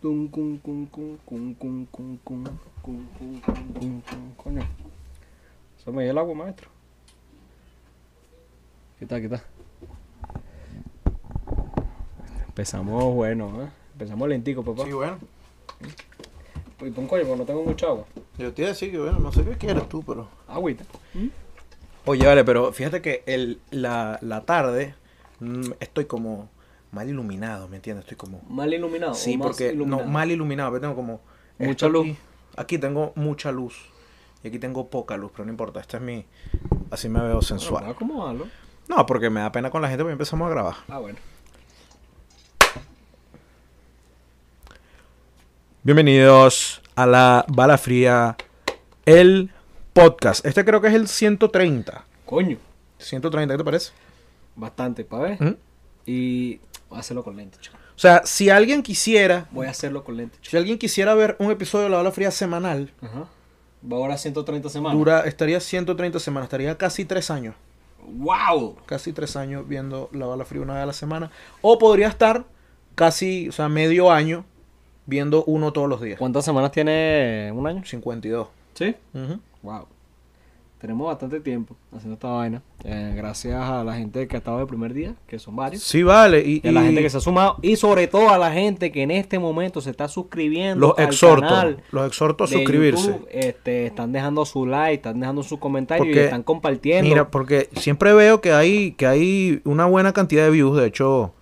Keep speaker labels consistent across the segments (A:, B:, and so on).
A: Cun, cun, cun, cun, cun, cun, cun, cun, cun, cun, cun, cun, cun. Coño. Se me dio el agua, maestro. ¿Qué tal, qué tal? Empezamos bueno, ¿eh? Empezamos lentico, papá.
B: Sí, bueno.
A: Y pon coño, porque no tengo mucha agua.
B: Yo te iba a decir que, bueno, no sé qué quieres tú, pero.
A: Agüita.
B: Oye, vale, pero fíjate que el, la, la tarde mm, estoy como mal iluminado, ¿me entiendes? Estoy como.
A: Mal iluminado.
B: Sí,
A: Ah, o más
B: porque.
A: iluminado? Ah,
B: No, mal iluminado, pero tengo como.
A: Mucha
B: esto
A: luz.
B: Aquí, aquí tengo mucha luz. Y aquí tengo poca luz, pero no importa. Este es mi. Así me veo
A: Ah,
B: sensual.
A: va como malo.
B: No, porque me da pena con la gente porque empezamos a grabar.
A: Ah, bueno.
B: Bienvenidos a la Bala Fría, el podcast. Este creo que es el 130.
A: Coño.
B: 130, ¿qué te parece?
A: Bastante, pa' ver.
B: ¿Mm?
A: Y voy a hacerlo con lente, chico.
B: O sea, si alguien quisiera,
A: Voy a hacerlo con lente, chico.
B: si alguien quisiera ver un episodio de La Bala Fría semanal,
A: Ajá. Va ahora 130 semanas.
B: dura, estaría 130 semanas, estaría casi tres años.
A: ¡Wow!
B: Casi tres años viendo La Bala Fría una vez a la semana. O podría estar casi, o sea, medio año viendo uno todos los días.
A: ¿Cuántas semanas tiene un año?
B: 52.
A: Sí.
B: Ujú.
A: Wow. Tenemos bastante tiempo haciendo esta vaina. Eh, gracias a la gente que ha estado el primer día, que son varios.
B: Sí, vale. Y,
A: Y a la
B: y-
A: gente que se ha sumado. Y sobre todo a la gente que en este momento se está suscribiendo.
B: los
A: al
B: exhorto,
A: canal
B: los exhorto a
A: de
B: suscribirse.
A: YouTube. este, están dejando su like, están dejando su comentario y
B: Porque-
A: están compartiendo.
B: Mira, porque siempre veo que hay, que hay una buena cantidad de views. De hecho,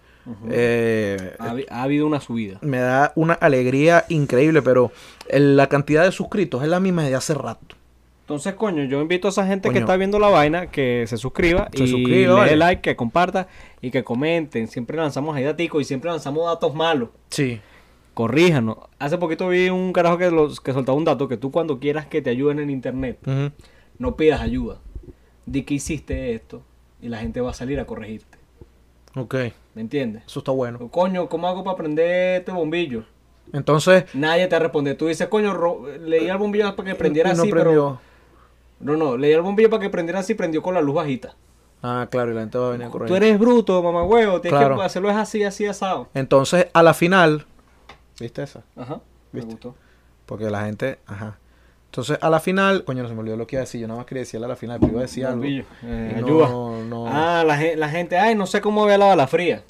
B: eh,
A: ha, habi- ha habido una subida.
B: me da una alegría increíble, pero el- la cantidad de suscritos es la misma desde hace rato.
A: Entonces, coño, yo invito a esa gente que
B: Coño.
A: está viendo la vaina que se suscriba
B: Se
A: y
B: suscriba,
A: le dé
B: vale.
A: like, que comparta y que comenten. Siempre lanzamos ahí daticos y siempre lanzamos datos malos.
B: Sí.
A: Corríjanos. Hace poquito vi un carajo que, los, que soltaba un dato que tú cuando quieras que te ayuden en internet, no pidas ayuda. Di que hiciste esto y la gente va a salir a corregirte.
B: Ok,
A: ¿Me entiendes?
B: eso está bueno.
A: Coño, ¿cómo hago para prender este bombillo?
B: Entonces,
A: Nadie te responde. Tú dices, coño, ro- leí al bombillo para que prendiera
B: no
A: así, pero...
B: prendió.
A: No, no, leí al bombillo para que prendiera así, prendió con la luz bajita.
B: Ah, claro, y la gente va a venir a correr.
A: Tú eres bruto, mamá huevo, tienes
B: Claro.
A: que hacerlo es así, así asado.
B: Entonces, a la final, ¿viste esa?
A: Ajá. Me
B: ¿Viste?
A: gustó.
B: Porque la gente, ajá. Entonces, a la final, coño, no se me olvidó lo que iba a decir. Yo nada más quería decirle a la final, pero iba a decir algo.
A: Bombillo. Eh,
B: Y no,
A: ayuda.
B: no.
A: Ah, la, gen- la gente, ay, no sé cómo ve la bala fría.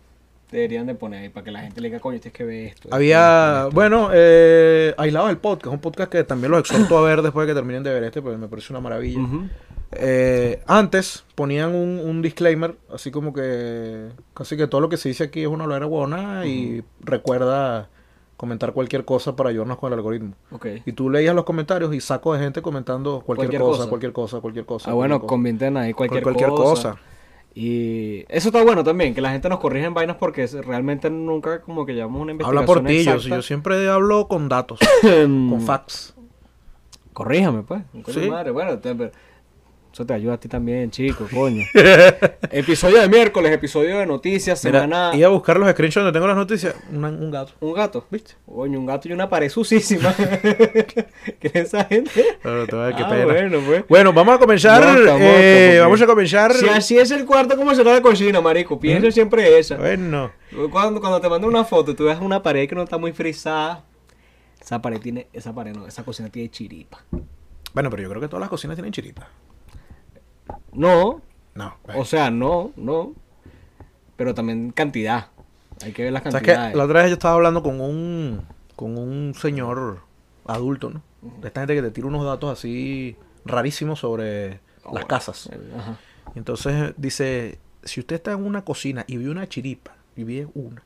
A: Deberían de poner ahí para que la gente le diga, coño, tienes que ver esto.
B: Había, bueno, eh, Aislado del Podcast, un podcast que también los exhorto a ver después de que terminen de ver este, porque me parece una maravilla.
A: Ujú.
B: Eh, antes ponían un, un disclaimer, así como que casi que todo lo que se dice aquí es una loera huevona y recuerda comentar cualquier cosa para ayudarnos con el algoritmo.
A: Ok.
B: Y tú leías los comentarios y saco de gente comentando cualquier,
A: Cualquier
B: cosa,
A: cosa.
B: cualquier cosa, cualquier cosa.
A: ah, bueno,
B: cualquier cosa.
A: comenten ahí cualquier,
B: Cualquier
A: cosa.
B: cosa.
A: Y eso está bueno también, que la gente nos corrija en vainas porque es- realmente nunca como que llevamos una
B: Habla
A: investigación
B: por ti, yo,
A: exacta. Mm.
B: yo siempre hablo con datos, con facts.
A: Corríjame, pues. Coño
B: Sí.
A: madre. Bueno, te- pero- eso te ayuda a ti también, chico, coño. episodio de miércoles, episodio de noticias,
B: Mira,
A: semana.
B: iba a buscar los screenshots donde tengo las noticias. una- un gato.
A: Un gato, ¿viste? Coño, un gato y una pared sucísima. ¿Qué es esa gente?
B: Claro, te voy a dar que
A: Ah,
B: pena.
A: bueno, pues.
B: vamos a comenzar.
A: Mota, mota,
B: eh,
A: porque-
B: vamos a comenzar. ¿Eh?
A: Si así es el cuarto, ¿cómo será la cocina, marico? Piensa siempre esa.
B: Bueno,
A: Cuando, cuando te mando una foto, tú ves una pared que no está muy frisada. Esa pared tiene, esa pared no, esa cocina tiene chiripa.
B: bueno, pero yo creo que todas las cocinas tienen chiripa.
A: No,
B: No.
A: o sea, no, no. Pero también cantidad. Hay que ver las
B: ¿Sabes qué?
A: cantidades.
B: La otra vez yo estaba hablando con un con un señor adulto, ¿no? De esta gente que te tira unos datos así rarísimos sobre
A: Oh,
B: las casas.
A: Ajá.
B: Y entonces dice, si usted está en una cocina y ve una chiripa, y ve una,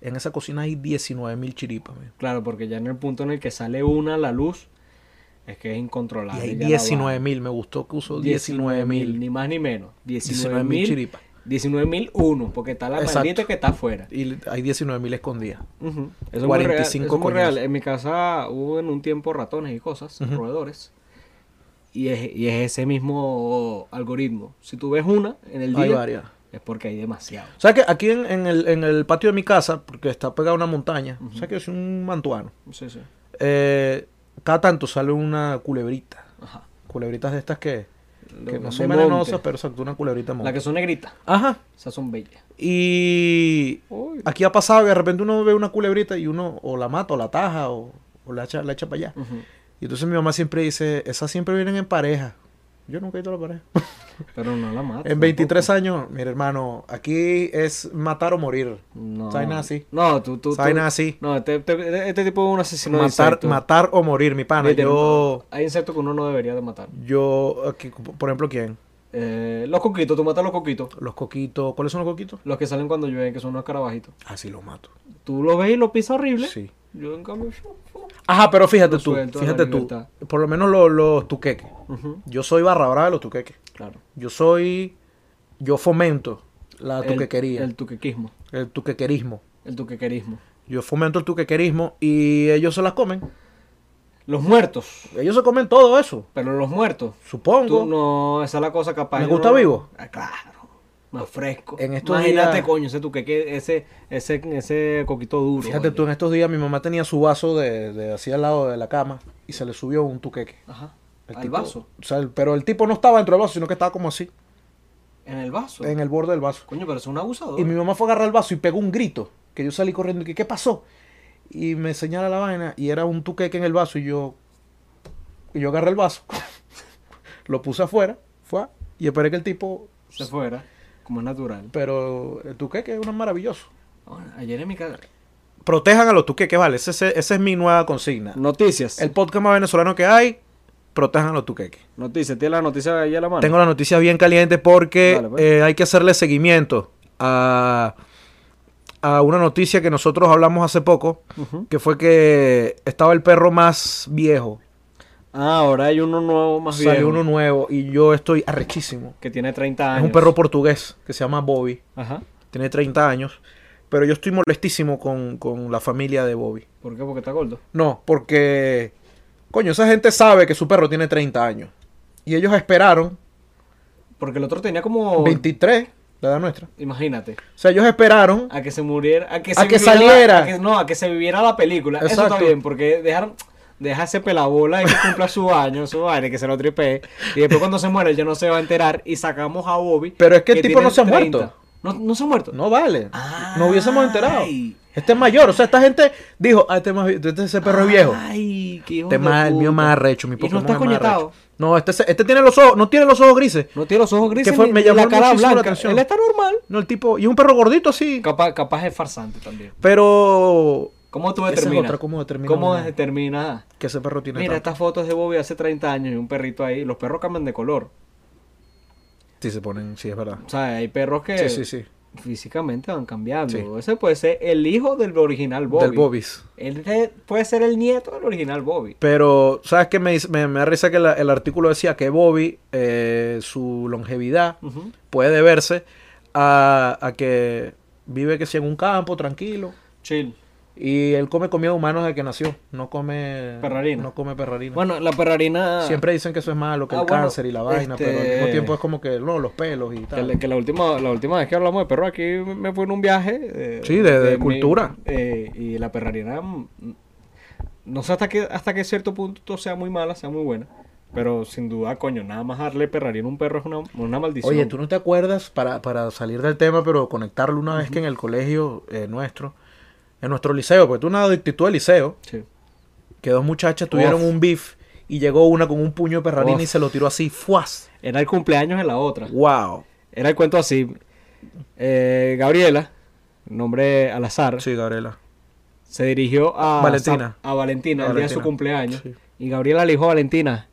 B: en esa cocina hay 19.000 mil chiripas. men.
A: Claro, porque ya en el punto en el que sale una a la luz, es que es
B: Y
A: incontrolable.
B: hay
A: ya la
B: 19 mil, me gustó que usó
A: vaina.
B: 19
A: 19.000,
B: mil.
A: Ni más ni menos. 19
B: 19.000
A: mil.
B: chiripas.
A: 19.000 uno, porque está la
B: Exacto.
A: maldita que está afuera.
B: Y hay 19 mil escondidas.
A: Ujú. Eso es
B: 45
A: muy real, eso es muy real.
B: coñazos.
A: En mi casa hubo en un tiempo ratones y cosas, roedores. Y es, y es ese mismo algoritmo. Si tú ves una en el
B: Hay
A: día,
B: varias.
A: es porque hay demasiado.
B: ¿Sabes que Aquí en, en el, en el patio de mi casa, porque está pegada a una montaña, ¿sabes que yo soy un mantuano?
A: Sí, sí.
B: Eh, cada tanto sale una culebrita.
A: Ajá.
B: Culebritas de estas que, Que no son venenosas, pero exacto, una culebrita de monte.
A: La que son negritas,
B: Ajá.
A: esas son bellas.
B: Y
A: Uy.
B: aquí ha pasado que de repente uno ve una culebrita y uno o la mata o la taja o, o la echa, la echa para allá.
A: Ujú.
B: Y entonces mi mamá siempre dice, esas siempre vienen en pareja. Yo nunca he ido a la pareja.
A: Ah, Pero no la mata.
B: En 23 años, mira hermano, aquí es matar o morir.
A: No.
B: Vaina así.
A: No, tú, tú. tú-
B: Vaina así.
A: No, este, este- este tipo es un asesino de
B: matar,
A: insectos.
B: matar o morir, mi pana.
A: Vete,
B: Yo,
A: Hay insectos que uno no debería de matar.
B: yo, aquí, por ejemplo, ¿quién?
A: Eh, los coquitos, tú matas los coquitos.
B: Los coquitos. ¿Cuáles son los coquitos?
A: Los que salen cuando llueve, que son unos carabajitos.
B: Así los mato.
A: Tú lo ves y lo pisas horrible.
B: Sí.
A: Yo en cambio...
B: Ajá, pero fíjate
A: Lo
B: tú,
A: suelto a la
B: fíjate tú.
A: libertad.
B: Por lo menos los, los tuqueques.
A: Ujú,
B: Yo soy barra brava de los tuqueques.
A: Claro.
B: Yo soy. Yo fomento la
A: El-
B: tuquequería,
A: El
B: el,
A: tuquequismo.
B: tuquequerismo.
A: El tuquequerismo.
B: Yo fomento el tuquequerismo y ellos se las comen.
A: Los muertos.
B: Ellos se comen todo eso,
A: Pero los muertos.
B: supongo.
A: Tú no, esa es la cosa capaz.
B: ¿Me
A: yo
B: gusta
A: no-
B: vivo?
A: Ah, claro. Más fresco.
B: En estos
A: Imagínate,
B: días-
A: coño, ese tuqueque, ese, ese, ese coquito duro.
B: Fíjate
A: vale.
B: tú, en estos días mi mamá tenía su vaso de, de así al lado de la cama y se le subió un tuqueque.
A: Ajá.
B: El
A: Al
B: tipo-
A: vaso.
B: O sea, el- pero el tipo no estaba dentro del vaso, sino que estaba como así,
A: En el vaso.
B: en el borde del vaso.
A: Coño, pero es un abusador.
B: Y mi mamá fue a agarrar el vaso y pegó un grito. Que yo salí corriendo y que, ¿qué pasó? Y me señala la vaina y era un tuqueque en el vaso. Y yo, y yo agarré el vaso, lo puse afuera, fue y esperé que el tipo.
A: Se fuera. Como es natural.
B: Pero el tuqueque es un maravilloso.
A: Ahora, ayer en mi casa.
B: Protejan a los tuqueques, vale. Ese- ese- esa es mi nueva consigna.
A: Noticias.
B: El podcast más venezolano que hay, protejan a los tuqueques.
A: Noticias. Tiene la noticia ahí a la mano.
B: Tengo la noticia bien caliente porque
A: Dale, pues.
B: eh, hay que hacerle seguimiento a, a una noticia que nosotros hablamos hace poco,
A: Ujú.
B: que fue que estaba el perro más viejo.
A: Ah, ahora hay uno nuevo más bien.
B: Salió uno nuevo y yo estoy arrechísimo.
A: Que tiene 30
B: Es
A: años.
B: un perro portugués que se llama Bobby,
A: Ajá.
B: tiene 30 años, pero yo estoy molestísimo con, con la familia de Bobby.
A: ¿Por qué? Porque está gordo.
B: No, porque, coño, esa gente sabe que su perro tiene 30 años. Y ellos esperaron
A: Porque el otro tenía como.
B: 23, la edad nuestra.
A: Imagínate.
B: O sea, ellos esperaron
A: A que se muriera. A que,
B: A
A: se
B: que
A: viviera la-
B: saliera.
A: a que- no, a que se viviera la película. Eso está
B: Exacto.
A: bien, porque dejaron. Deja ese pelabola y que cumpla su año, su año, que se lo tripee. Y después cuando se muere, ya no se va a enterar. Y sacamos a Bobby.
B: Pero es que el tipo
A: tiene
B: no se ha
A: 30.
B: muerto.
A: No, no se ha muerto.
B: No vale.
A: Ay.
B: No hubiésemos enterado. Este es mayor. O sea, esta gente dijo, ah, este, es más vie- este- ese perro es viejo.
A: Ay, qué hijo
B: Este es
A: de
B: más, el mío
A: puta.
B: más arrecho, mi
A: Y no
B: Pokémon
A: está
B: es más
A: coñetado.
B: arrecho. No, este, se- este tiene los ojos, no tiene los ojos grises.
A: No tiene los ojos grises.
B: Que fue-
A: ni-
B: me
A: ni la
B: llamó
A: cara
B: muchísimo la
A: blanca.
B: atención.
A: Él está normal.
B: No, el tipo, y un perro gordito así.
A: Capaz, capaz es farsante también.
B: Pero
A: ¿Cómo tú
B: Esa es
A: determinas?
B: otra, ¿cómo determinas
A: ¿Cómo
B: una-
A: determinas?
B: que ese perro tiene
A: Mira,
B: tanto.
A: estas fotos de Bobby hace 30 años y un perrito ahí. Los perros cambian de color.
B: Sí se ponen, sí es verdad.
A: O sea, hay perros que
B: Sí, sí, sí.
A: físicamente van cambiando.
B: Sí.
A: Ese puede ser el hijo del original Bobby.
B: Del Bobis.
A: Él de- puede ser el nieto del original Bobby.
B: Pero, ¿sabes qué? Me, dice- me, me da risa que la- el artículo decía que Bobby, eh, su longevidad
A: Ujú.
B: puede deberse a, a que vive que si en un campo, tranquilo.
A: Chill.
B: Y él come comida humana desde que nació. No come.
A: Perrarina.
B: No come perrarina.
A: Bueno, la perrarina...
B: Siempre dicen que eso es malo, que
A: Ah,
B: el
A: bueno,
B: cáncer y la vaina, pero al
A: este-
B: mismo tiempo es como que no, los pelos y
A: Que,
B: tal.
A: la- que la última la última vez que hablamos de perro aquí me me fue en un viaje. eh,
B: Sí, de- de
A: mi-
B: cultura.
A: eh, y la perrarina, mm, no sé hasta qué hasta qué cierto punto sea muy mala, sea muy buena. Pero sin duda, coño, nada más darle perrarina a un perro es una, una maldición.
B: Oye, tú no te acuerdas, para, para salir del tema, pero conectarlo una vez que en el colegio eh, nuestro, en nuestro liceo, porque tú una adictitud del liceo,
A: Sí.
B: que dos muchachas tuvieron
A: Uf.
B: un beef y llegó una con un puño de perrarina y
A: Uf.
B: se lo tiró así, ¡fuas!
A: Era el cumpleaños de la otra.
B: ¡Wow!
A: Era el cuento así. eh, Gabriela, nombre al azar,
B: Sí, Gabriela.
A: se dirigió a
B: Valentina.
A: a Valentina,
B: A
A: el día de su
B: Valentina.
A: cumpleaños.
B: Sí.
A: Y Gabriela le dijo a Valentina,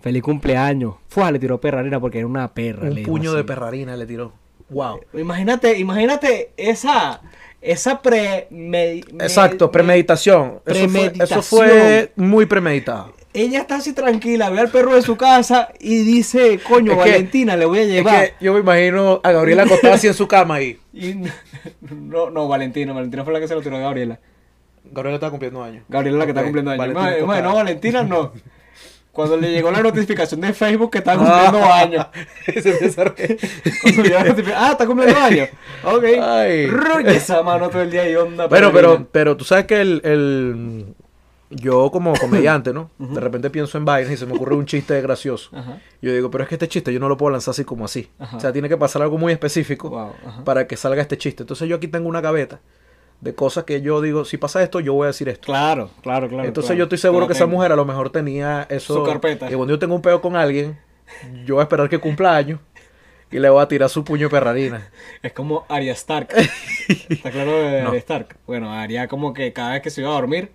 A: feliz cumpleaños. Fue, le tiró perrarina porque era una perra. le
B: Un
A: dijo
B: puño
A: así.
B: de perrarina le tiró. ¡Wow!
A: Imagínate, imagínate esa, esa pre... me- me-
B: Exacto,
A: me-
B: premeditación. Eso fue, eso
A: Premeditación.
B: fue muy premeditado.
A: Ella está así tranquila, ve al perro de su casa y dice, coño,
B: Es que-
A: Valentina, le voy a
B: Es
A: llevar.
B: que yo me imagino a Gabriela acostada así en su cama y
A: Y no, no, Valentina, Valentina fue la que se lo tiró a Gabriela.
B: Gabriela está cumpliendo años.
A: Gabriela es la que está
B: Ok,
A: cumpliendo años.
B: Valentina
A: Ma- ma- no,
B: acostada.
A: Valentina no. Cuando le llegó la notificación de Facebook que
B: Ah.
A: estaba cumpliendo años.
B: Se empieza a reír.
A: Cuando llegó la notificación, ah, está cumpliendo años. Ok.
B: Ay.
A: Ru- y esa mano todo el día y onda.
B: Bueno,
A: perrarina.
B: pero, pero tú sabes que el, el, yo como comediante, ¿no? De repente pienso en vainas y se me ocurre un chiste gracioso.
A: Ajá.
B: Yo digo, pero es que este chiste yo no lo puedo lanzar así como así.
A: Ajá.
B: O sea, tiene que pasar algo muy específico
A: Wow, ajá.
B: para que salga este chiste. Entonces yo aquí tengo una gaveta de cosas que yo digo, si pasa esto, yo voy a decir esto.
A: Claro, claro, claro.
B: Entonces
A: claro.
B: yo estoy seguro
A: Claro,
B: que esa
A: tengo.
B: mujer a lo mejor tenía eso.
A: Su carpeta.
B: Y cuando yo tengo un peo con alguien, yo voy a esperar que cumpla años y le voy a tirar su puño de perrarina.
A: Es como Arya Stark. ¿Está claro de
B: No.
A: Arya Stark? Bueno, Arya como que cada vez que se iba a dormir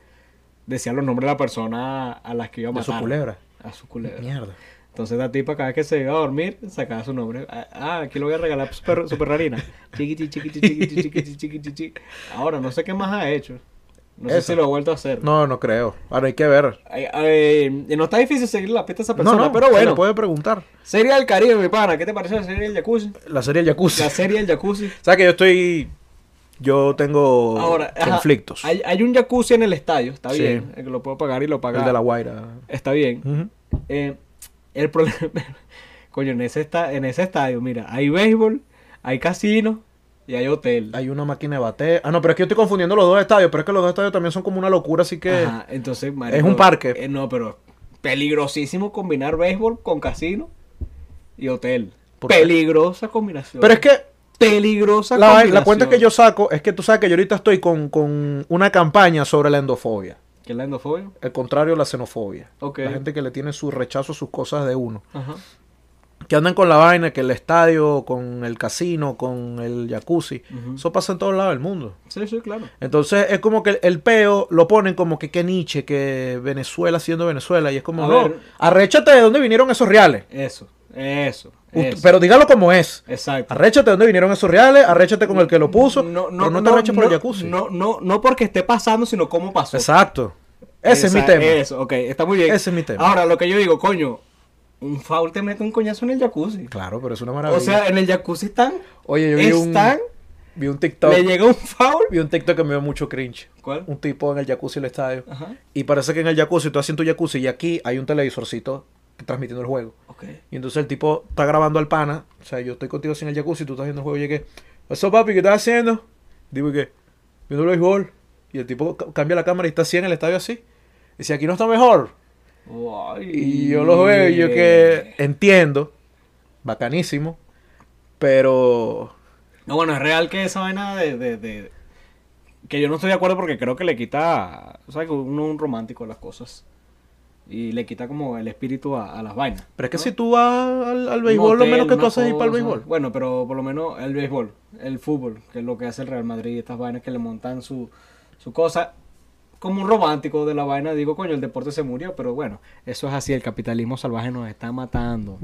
A: decía los nombres de la persona a las que iba a
B: De
A: matar.
B: su culebra.
A: A su culebra.
B: Mierda.
A: Entonces la tipa cada vez que se iba a dormir sacaba su nombre. Ah, Ah, aquí lo voy a regalar su, perro- su perrarina. Chiquiti, chiquiti, chiquiti, chiquiti, chiquiti, chiqui. Ahora, no sé qué más ha hecho. No sé
B: Eso.
A: si lo ha vuelto a hacer.
B: No, no creo. Ahora hay que ver.
A: Ay, ay, no está difícil seguir la pista a esa
B: No,
A: persona,
B: no,
A: pero
B: se
A: bueno.
B: le puede preguntar.
A: Serie del Caribe, mi pana. ¿Qué te parece la serie del Jacuzzi?
B: La serie Yakuza.
A: La serie del Jacuzzi.
B: ¿Sabes que yo estoy. Yo tengo
A: Ahora, ajá,
B: Oh, conflictos.
A: hay, hay un jacuzzi en el estadio, está
B: Sí.
A: bien. El que lo puedo pagar y lo paga.
B: El de la Guaira.
A: Está bien.
B: Ujú.
A: Eh, el problema. Coño, en ese, esta- en ese estadio, mira, hay béisbol, hay casino y hay hotel.
B: Hay una máquina de bateo. Ah, no, pero es que yo estoy confundiendo los dos estadios. Pero es que los dos estadios también son como una locura, así que.
A: Ajá, entonces,
B: es un parque.
A: eh, no, pero peligrosísimo combinar béisbol con casino y hotel.
B: ¿Por qué?
A: Peligrosa combinación.
B: Pero es que
A: Peligrosa
B: la,
A: combinación.
B: la cuenta que yo saco es que tú sabes que yo ahorita estoy con, con una campaña sobre la endofobia.
A: ¿Qué es la endofobia?
B: El contrario a la xenofobia.
A: Ok.
B: La gente que le tiene su rechazo a sus cosas de uno.
A: Ajá.
B: Que andan con la vaina, que el estadio, con el casino, con el jacuzzi.
A: Ujú.
B: Eso pasa en todos lados del mundo.
A: Sí, sí, claro.
B: Entonces es como que el, el peo lo ponen como que, que Nietzsche, que Venezuela siendo Venezuela. Y es como,
A: A
B: no,
A: ver.
B: arréchate de dónde vinieron esos reales.
A: Eso, eso.
B: Ut-
A: eso.
B: Pero dígalo como es.
A: Exacto.
B: Arréchate de dónde vinieron esos reales, arréchate con el que
A: Mm,
B: lo puso. No, no, no te arreches por el jacuzzi.
A: No, no, no porque esté pasando, sino cómo pasó.
B: Exacto. Ese es mi
A: Esa-
B: tema.
A: Eso, ok, está muy bien.
B: Ese es mi tema.
A: Ahora, lo que yo digo, coño, un foul te mete un coñazo en el jacuzzi.
B: Claro, pero es una
A: O
B: maravilla.
A: sea, en el jacuzzi están,
B: Oye, yo vi un,
A: están,
B: vi un TikTok.
A: le llega un foul.
B: Vi un TikTok que me dio mucho cringe.
A: ¿Cuál?
B: Un tipo en el jacuzzi del estadio.
A: Ajá,
B: Y parece que en el jacuzzi, tú haciendo tu jacuzzi y aquí hay un televisorcito transmitiendo el juego.
A: ok.
B: Y entonces el tipo está grabando al pana. O sea, yo estoy contigo sin el jacuzzi, tú estás haciendo el juego. Y yo que, eso papi, ¿qué estás haciendo? Digo que, viendo el béisbol. Y el tipo ca- cambia la cámara y está así en el estadio así. Y si aquí no está mejor.
A: Uy.
B: Y yo los veo y yo que entiendo. Bacanísimo. Pero
A: No, bueno, es real que esa vaina de... de- de- Que yo no estoy de acuerdo porque creo que le quita... O sea, que uno es un romántico a las cosas. Y le quita como el espíritu a, a las vainas.
B: Pero es que
A: ¿no?
B: si tú vas al, al béisbol,
A: Un
B: lo
A: hotel,
B: menos que tú
A: una
B: haces es ir para el
A: cosa.
B: béisbol.
A: Bueno, pero por lo menos el béisbol, el fútbol, que es lo que hace el Real Madrid, estas vainas que le montan su, su cosa. Como un romántico de la vaina, digo, coño, el deporte se murió, pero bueno, eso es así, el capitalismo salvaje nos está matando.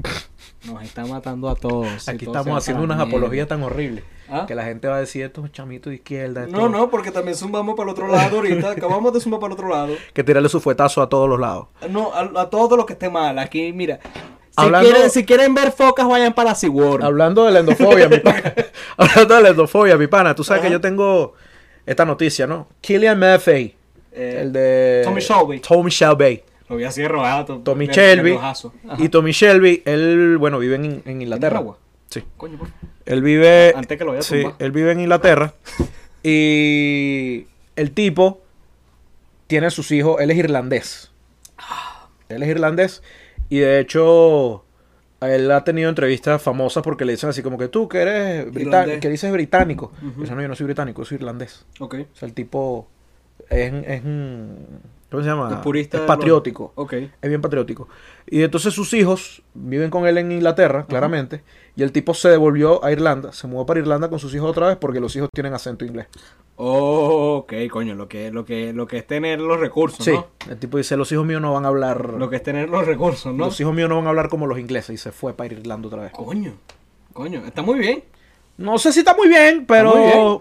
A: Nos está matando a todos. y todos se
B: Aquí
A: van
B: estamos haciendo
A: para la
B: unas
A: mierda.
B: apologías tan horribles
A: ¿Ah?
B: que la gente va a decir estos chamitos de
A: No,
B: izquierda. estos-
A: no, porque también zumbamos para el otro lado ahorita, acabamos de zumbar para el otro lado.
B: Que tirarle su fuetazo a todos los lados.
A: No, a, a todo lo que esté mal, aquí, mira. Si,
B: Hablando-
A: quieren, si quieren ver focas, vayan para SeaWorld.
B: Hablando de la endofobia, mi pana. Hablando de la endofobia, mi pana. Tú sabes que yo tengo esta noticia, ¿no? Killian Murphy.
A: Eh,
B: el de.
A: Tommy Shelby.
B: Tommy Shelby.
A: Lo voy a hacer rojado.
B: Tommy
A: de- de
B: Shelby.
A: rojazo. Ajá.
B: Y Tommy Shelby, él, bueno, vive en, en Inglaterra.
A: Nicaragua?
B: Sí.
A: Coño, por favor.
B: Él vive.
A: Antes que lo vaya a
B: sí,
A: tumbar.
B: él vive en Inglaterra. Y el tipo tiene sus hijos. Él es irlandés.
A: Ah.
B: Él es irlandés. Y de hecho, él ha tenido entrevistas famosas porque le dicen así como que tú que eres británico,
A: Irlandés.
B: que dices británico.
A: Ujú.
B: Y dice, no, yo no soy británico, yo soy irlandés.
A: Ok.
B: O sea, el tipo es, es un- ¿cómo se llama?
A: Un purista
B: Ah, es
A: de
B: patriótico.
A: los- Ok.
B: Es bien patriótico. Y entonces sus hijos viven con él en Inglaterra, claramente. Y el tipo se devolvió a Irlanda. Se mudó para Irlanda con sus hijos otra vez porque los hijos tienen acento inglés.
A: Oh, ok, coño, lo que, lo que, lo que es tener los recursos,
B: Sí.
A: ¿no?
B: El tipo dice, los hijos míos no van a hablar...
A: Lo que es tener los recursos, ¿no?
B: Los hijos míos no van a hablar como los ingleses. Y se fue para Irlanda otra vez.
A: Coño, coño, está muy bien.
B: No sé si está muy bien, pero...
A: muy bien.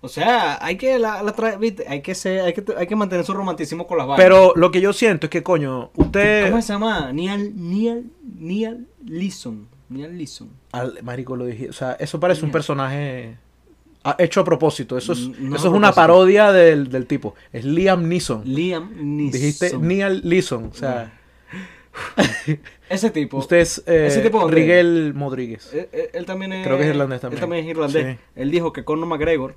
A: O sea, hay que la, la tra- viste, hay que ser, hay que, hay que mantener su romanticismo con las vainas.
B: Pero eh, lo que yo siento es que, coño, usted...
A: ¿Cómo se llama? Neil, Neil, Neil Leeson. Neil Leeson.
B: Al- marico, lo dije. O sea, eso parece un personaje ah, hecho a propósito. Eso es,
A: Mm, No, no
B: eso
A: a
B: es una
A: propósito.
B: parodia del, del tipo. Es Liam Neeson.
A: Liam Neeson.
B: Dijiste Neil Leeson. O sea...
A: Ese tipo.
B: Usted es eh,
A: Ese tipo, ¿dónde?
B: Rigel Modríguez.
A: Él, Eh, él- él también es.
B: Creo que es irlandés también.
A: Él también es irlandés.
B: Sí.
A: Él dijo que Conor McGregor,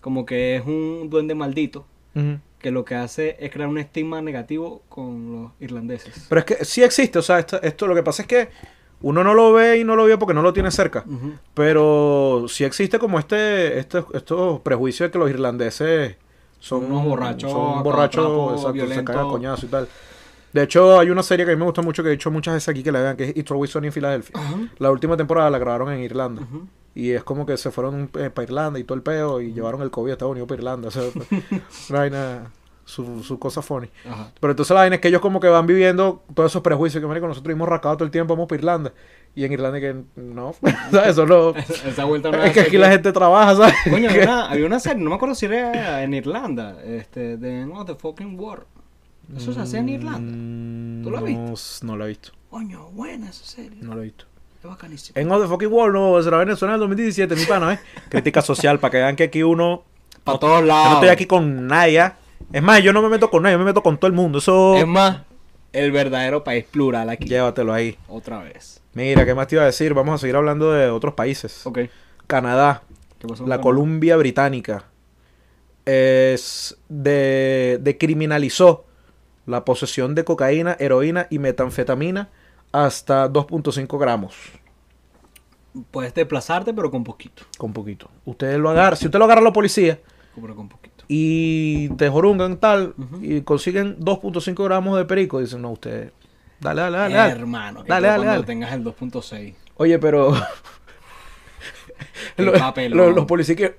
A: como que es un duende maldito,
B: Ujú.
A: que lo que hace es crear un estigma negativo con los irlandeses.
B: Pero es que sí existe, o sea, esto, esto lo que pasa es que uno no lo ve y no lo ve porque no lo tiene cerca.
A: Ujú.
B: Pero sí existe como este, este- estos prejuicios de que los irlandeses son
A: Unos borrachos,
B: son borrachos,
A: cagotrapos,
B: exacto, se
A: violentos.
B: cagan a coñazo y tal. De hecho, hay una serie que a mí me gusta mucho que he dicho muchas veces aquí que la vean, que es It's Always Sunny in Philadelphia.
A: Ajá.
B: La última temporada la grabaron en Irlanda.
A: Ujú.
B: Y es como que se fueron para Irlanda y todo el peo y llevaron el COVID a Estados Unidos para Irlanda. O sea, fue una vaina, su, su cosa funny.
A: Ajá.
B: Pero entonces la vaina es que ellos como que van viviendo todos esos prejuicios que, marico, nosotros hemos rascado todo el tiempo, vamos para Irlanda. Y en Irlanda que no, ¿sabes? Eso no...
A: Esa vuelta no
B: Es que
A: hace
B: aquí la gente trabaja, ¿sabes?
A: Coño, había una, había una serie, no me acuerdo si era en Irlanda, este, The End of the Fucking War. Eso se hacía en Irlanda. ¿Tú lo has
B: Mm, no, s- No lo he visto.
A: Coño, buena esa serie.
B: No lo he visto.
A: Es bacanísimo.
B: En All the Fucking World, no, será Venezuela en el 2017, mi pana, ¿eh? Crítica social, para que vean que aquí uno...
A: Para todos
B: Yo
A: lados.
B: no estoy aquí con nadie. ¿eh? Es más, yo no me meto con nadie, yo me meto con todo el mundo. Eso...
A: Es más, el verdadero país plural aquí.
B: Llévatelo ahí.
A: Otra vez.
B: Mira, ¿qué más te iba a decir? Vamos a seguir hablando de otros países.
A: Ok.
B: Canadá,
A: ¿Qué pasó
B: la
A: con-
B: Columbia Británica es de, de criminalizó la posesión de cocaína, heroína y metanfetamina hasta 2.5 gramos,
A: Puedes desplazarte, pero con poquito.
B: con poquito. Usted lo agarra, si usted lo agarra a la policía
A: Pero con poquito.
B: y te jorungan tal
A: Ujú.
B: y consiguen 2.5 gramos de perico, dicen, "No, usted dale, Ah, dale, dale." dale.
A: Hermano, que
B: Dale,
A: tú
B: dale,
A: cuando
B: dale.
A: tengas el 2.6.
B: Oye, pero
A: El
B: lo-
A: papelón.
B: lo- los policías que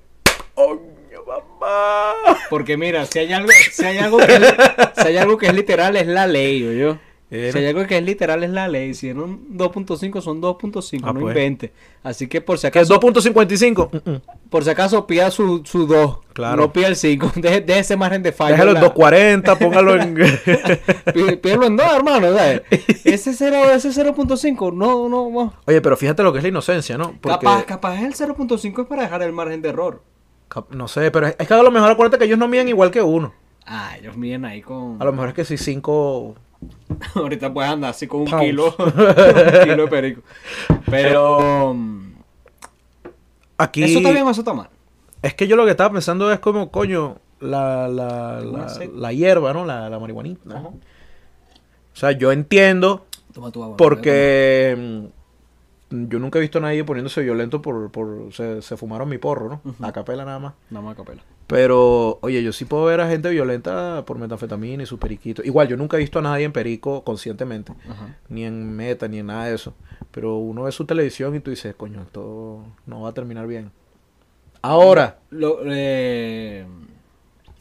B: ¡Oño, mamá!
A: Porque mira, si hay algo, si hay algo que es, si hay algo que es literal es la ley, yo.
B: Era.
A: Si hay algo que es literal es la ley. Si eran 2.5 son 2.5,
B: Ah,
A: no
B: pues.
A: invente. Así que por si
B: Que es
A: acaso,
B: 2.55. Mm, mm.
A: por si acaso pida su, su 2.
B: Claro.
A: No pida el 5. Deje, deje ese margen de fallo.
B: Déjalo en
A: la-
B: 240, póngalo en.
A: Pí- Pídelo en 2, hermano. ¿sabes? Ese 0, ese 0.5, no, no, no.
B: Oye, pero fíjate lo que es la inocencia, ¿no? Porque,
A: Capaz, capaz el 0.5 es para dejar el margen de error.
B: cap- no sé, pero es es que a lo mejor acuérdate que ellos no miden igual que uno.
A: Ah, ellos miden ahí con...
B: A lo mejor es que si cinco.
A: Ahorita puedes andar así con un
B: Pounds.
A: kilo, un kilo de perico. Pero... mm,
B: Aquí.
A: ¿Eso está bien o eso está mal?
B: Es que yo lo que estaba pensando es como, coño, la, la,
A: Alguna
B: la,
A: sed.
B: la hierba, ¿no? La, la marihuanita. O sea, yo entiendo
A: Toma tu agua.
B: porque. mm, Yo nunca he visto a nadie poniéndose violento por. por se, se fumaron mi porro, ¿no?
A: Ujú.
B: A capela nada más.
A: No, más capela.
B: Pero, oye, yo sí puedo ver a gente violenta por metanfetamina y su periquito. Igual, yo nunca he visto a nadie en perico conscientemente,
A: Ajá.
B: ni en meta, ni en nada de eso. Pero uno ve su televisión y tú dices, coño, esto no va a terminar bien. Ahora,
A: Lo- eh,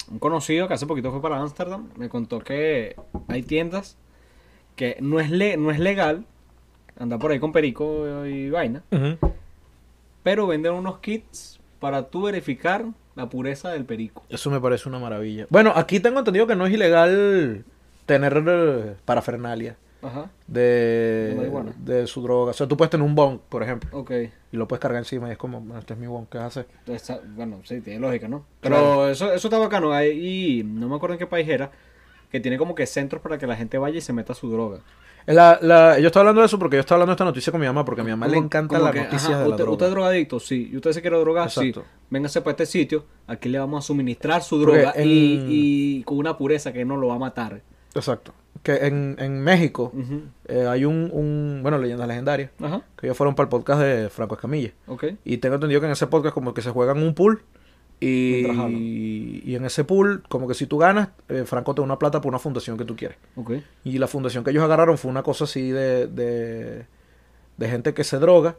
A: un conocido que hace poquito fue para Ámsterdam me contó que hay tiendas que no es, le- no es legal andar por ahí con perico y vaina, pero venden unos kits para tú verificar la pureza del perico.
B: eso me parece una maravilla. Bueno, aquí tengo entendido que no es ilegal tener eh, parafernalia
A: Ajá. De
B: de,
A: marihuana.
B: de su droga. O sea, tú puedes tener un bong, por ejemplo,
A: Ok.
B: y lo puedes cargar encima y es como, bueno, este es mi bong, ¿qué vas a hacer?
A: Esa- bueno, sí, tiene lógica, ¿no? Pero
B: Claro.
A: eso, eso está bacano. ahí- Y no me acuerdo en qué país era, que tiene como que centros para que la gente vaya y se meta su droga.
B: La, la- yo estaba hablando de eso porque yo estaba hablando de esta noticia con mi mamá, porque a mi mamá le
A: Como-
B: encanta
A: como
B: las
A: que,
B: noticias
A: ajá,
B: de la
A: usted,
B: droga.
A: usted es drogadicto, sí. Y usted se quiere drogar, sí.
B: Exacto.
A: Véngase para este sitio, aquí le vamos a suministrar su
B: Porque
A: droga
B: en-
A: y, y con una pureza que no lo va a matar.
B: Exacto. Que en, en México
A: Ujú.
B: eh, hay un, un- bueno, leyendas legendarias,
A: Ajá,
B: que ellos fueron para el podcast de Franco Escamilla.
A: ok.
B: Y tengo entendido que en ese podcast como que se juegan un pool y,
A: Mientras hablan.
B: y en ese pool como que si tú ganas, eh, Franco te da una plata por una fundación que tú quieres.
A: Ok.
B: Y la fundación que ellos agarraron fue una cosa así de, de, de gente que se droga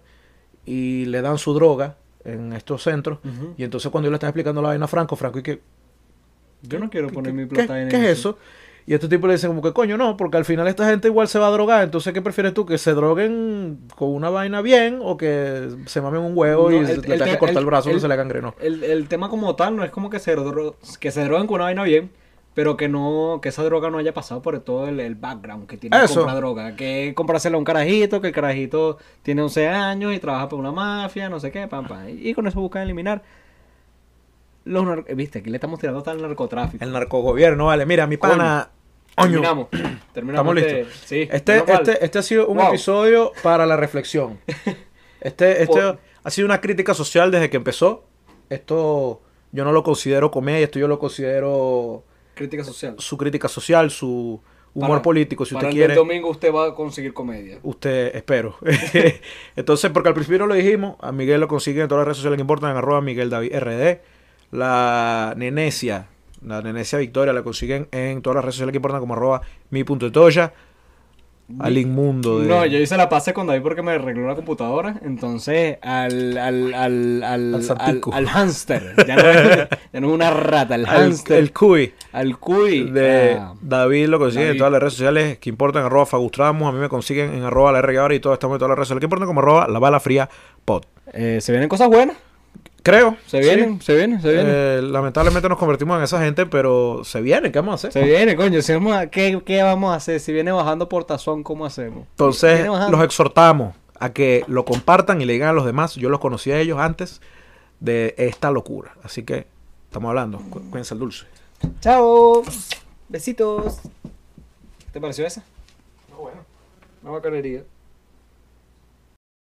B: y le dan su droga en estos centros.
A: Ujú.
B: Y entonces cuando yo le estaba explicando la vaina a Franco, Franco y que,
A: Yo no quiero poner
B: ¿Qué-
A: mi
B: qué-
A: plata en
B: ¿Qué es eso? Y este tipo le dicen como que coño, no, porque al final esta gente igual se va a drogar, entonces ¿qué prefieres tú? ¿Que se droguen con una vaina bien o que se mamen un huevo
A: No,
B: y
A: el-
B: se-
A: el
B: le tengan
A: te-
B: que cortar el,
A: el-
B: brazo que
A: el-
B: se le gangrenó?
A: El, el tema como tal no es como que se, dro- que se droguen con una vaina bien, pero que no que esa droga no haya pasado por todo el, el background que tiene
B: Eso.
A: que comprar droga. Que comprársela a un carajito, que el carajito tiene 11 años y trabaja para una mafia, no sé qué, pam, pam. Y, y con eso buscan eliminar los nar- eh, Viste, aquí le estamos tirando hasta el narcotráfico.
B: El narcogobierno, vale, mira, mi
A: Coño.
B: pana... Oño.
A: Terminamos. Terminamos
B: Estamos
A: este-
B: listos.
A: Sí,
B: Este,
A: menos mal.
B: este, este ha sido un
A: Wow.
B: episodio para la reflexión. Este, este
A: Por-
B: ha sido una crítica social desde que empezó. Esto Yo no lo considero comedia, esto yo lo considero
A: Crítica social.
B: su crítica social, su humor
A: Para-
B: político, si
A: para
B: usted
A: el
B: quiere.
A: del domingo usted va a conseguir comedia.
B: Usted, espero. Entonces, porque al principio lo dijimos, a Miguel lo consiguen en todas las redes sociales que importan, en arroba Miguel David RD. La Nenecia, la Nenecia Victoria, la consiguen en todas las redes sociales que importan como arroba mi punto de toya. Al inmundo de...
A: No, yo hice la pase con David porque me arregló la computadora. Entonces, al. al. al. al.
B: Al
A: al,
B: santico.
A: al hámster. Ya no, es, ya no es una rata, al
B: al,
A: hámster.
B: el cuy
A: al cuy.
B: de
A: Ah,
B: David lo consiguen en
A: David.
B: todas las redes sociales que importan, arroba Fagustramos, a mí me consiguen en arroba la R ahora y todo estamos en todas las redes sociales que importan como arroba la bala fría pod.
A: eh, se vienen cosas buenas.
B: Creo.
A: Se
B: sí.
A: vienen, se vienen, se vienen.
B: Eh, lamentablemente nos convertimos en esa gente, pero se viene, ¿qué vamos a hacer?
A: Se viene, coño. Si vamos a- ¿qué, ¿Qué vamos a hacer? Si viene bajando por tazón, ¿cómo hacemos?
B: Entonces,
A: Viene bajando.
B: los exhortamos a que lo compartan y le digan a los demás. Yo los conocí a ellos antes de esta locura. Así que estamos hablando. Cu- Cuídense el dulce.
A: Chao. Besitos. ¿Qué te pareció esa? No, bueno. Una bacanería.